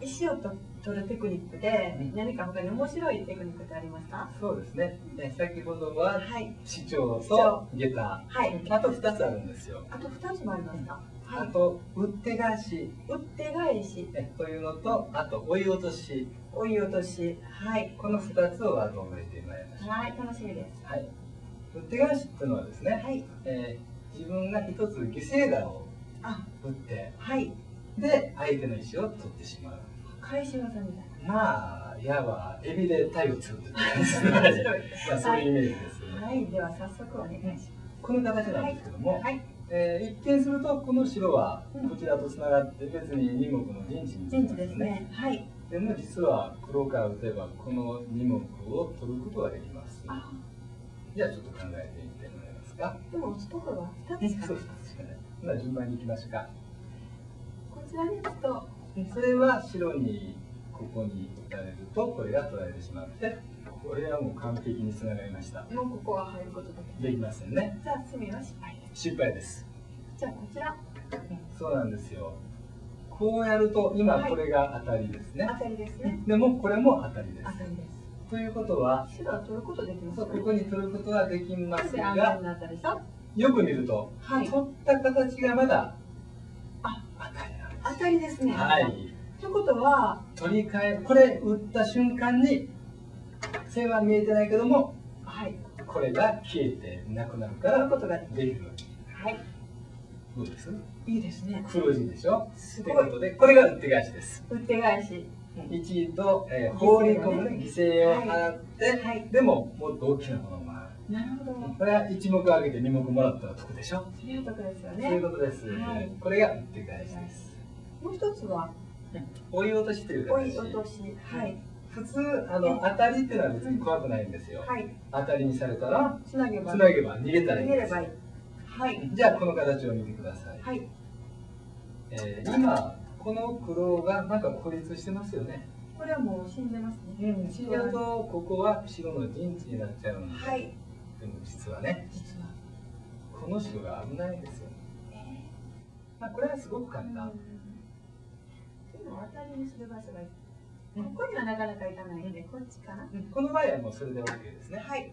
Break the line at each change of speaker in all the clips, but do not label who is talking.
石をと取るテクニックで
うん
何か他に面白いテクニックってありますか
そうですね。ね先ほどは
はい
市長と下駄。
はい
あと二つあるんですよ。
あと2つもありますかは
あ
い
と打って返し
打って返し
えというのと、あと追い落とし。
追い落としはい
この二つを頭に入れてもらいましょ
はい楽しみです
う。はい。打って返しというのはですね、
はい
えー自分が一つ犠牲打を
あ
打って、
はい
で相手の石を取ってしまう。
返し技みたい
まあ、いわばエビで体をつるって感じですね
な面 白い
まあ、そういうイメージですよね。
はいでは早速お願いします
この形なんですけども、
はい
えー一見するとこの白は
うん
こちらとつながって別に2目の陣地に
陣地ですねはい
でも実は黒から打てばこの2目を取ることができます
あ
じゃあちょっと考えてみてもらえますか
でも打つところは2つしか
そう
ない
ですねまあ順番に行きましょうか
こちらに打つと
それは白にここに打たれるとこれが取られてしまってこれはもう完璧につながりました
もうここは入ることだけ
できませんね
じゃあ隅は失敗です
失敗です
じゃあこちら
そうなんですよ。こうやると、今これが当たりですね。
当たりですね
でも、これも当たりです
当。たりです
ということは、
白は取ることできます
そう
よ
ここに取ることはできま
な
す
ぜ安全
が、
になったでしょ
よく見ると、
はい
取った形がまだ
あ
当たりなんで
当たりです
す。
ね
はい。
ということは
取り替え、これ打った瞬間に、線は見えてないけども、
はい
これが消えてなくなるか
取る
ら、
ことができ
できるわけ。
るはい
どうです
いいですね
黒字でしょ
す
とい
ご
う
い
ことで、これが打って返しです。
打って返し
一度、えー放り込む、ね、犠牲を払って、
はい
でももっと大きなものもあ
なるほど
るこれは一目上げて二目もらったら得でしょ
そういうとこですよ
そういう
ね
ことです、
はい
これが打って返しです
もう一つは
追い落としという
追
形
い落としはい
普通あの当たりっていうのは別に怖くないんですよ、
はい
当たりにされたら
つなげば
つなげば逃げたらい
逃
いん
げ
で
れ
すよ
ばいいはい
じゃあこの形を見てください、
はい
えー今この黒がなんか孤立してますよね
これはもう死んでますね
うん死ぬとここは白の陣地になっちゃうんで、
はい
でも実はね
実は
この白が危ないんですよ、まあ、これはすごく簡単、
でも当たりにする場所がいいここにはなかなかいかないんでこっちかな
この場合はもうそれで OK ですね。
はい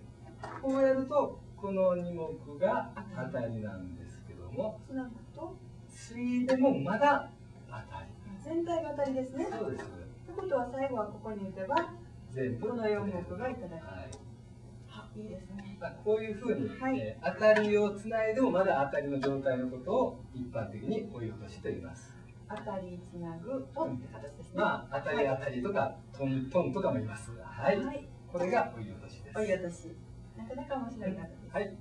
こうやると、この2目が当たりなんですけども、
つなぐと
ついでもまだ当たり。
全体が当たりですね
そうです。
ということは最後はここに打てば
全部
この4目がいただき
はい
あいいですね
まあ、こういうふうに、
はい
えー当たりをつないでもまだ当たりの状態のことを一般的に追い落としと言います。
当たりつなぐとって形ですね
まあ、当たり当たりとか、トントンとかも言いますが、はい。
はい
これが追い落としです。
おい落としなかなか面白い形です
はい。